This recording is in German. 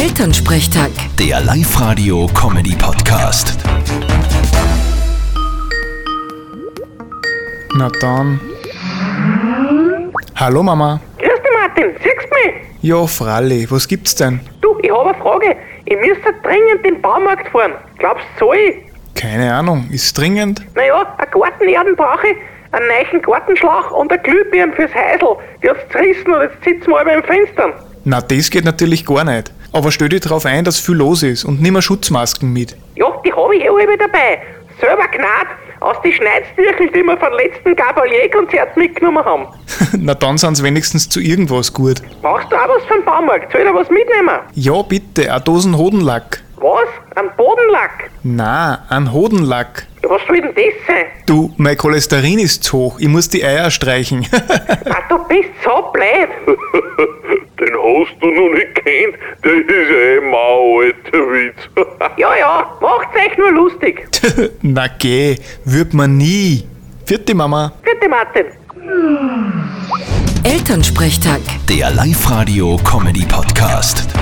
Elternsprechtag. Der Live-Radio-Comedy-Podcast. Na dann. Hallo Mama. Grüß dich, Martin. Siehst du mich? Ja, Fralli, was gibt's denn? Du, ich habe eine Frage. Ich müsste dringend in den Baumarkt fahren. Glaubst du, soll ich? Keine Ahnung, ist dringend? Naja, einen Gartenerden brauche ich, einen neuen Gartenschlauch und ein Glühbirn fürs Heisel. Die hat's zerrissen und jetzt sitzen wir alle beim Fenster. Na, das geht natürlich gar nicht. Aber stell dich drauf ein, dass viel los ist und nimm Schutzmasken mit. Ja, die habe ich eh alle dabei. Selber gnad aus den Schneidstierchen, die wir vom letzten Gabalier-Konzert mitgenommen haben. Na, dann sind's wenigstens zu irgendwas gut. Brauchst du auch was vom Baumarkt? Soll ich da was mitnehmen? Ja, bitte, a Dosen Hodenlack. Was? Ein Bodenlack? Na, an Hodenlack. Ja, was soll denn das sein? Du, mein Cholesterin ist zu hoch, ich muss die Eier streichen. Ah, du bist so blöd. Den hast du noch nicht kennt, das ist eh mal ein alter Witz. Ja, ja, macht's euch nur lustig. Na geh, wird man nie. Vierte Mama. Bitte, Martin. Elternsprechtag. Der Live-Radio-Comedy-Podcast.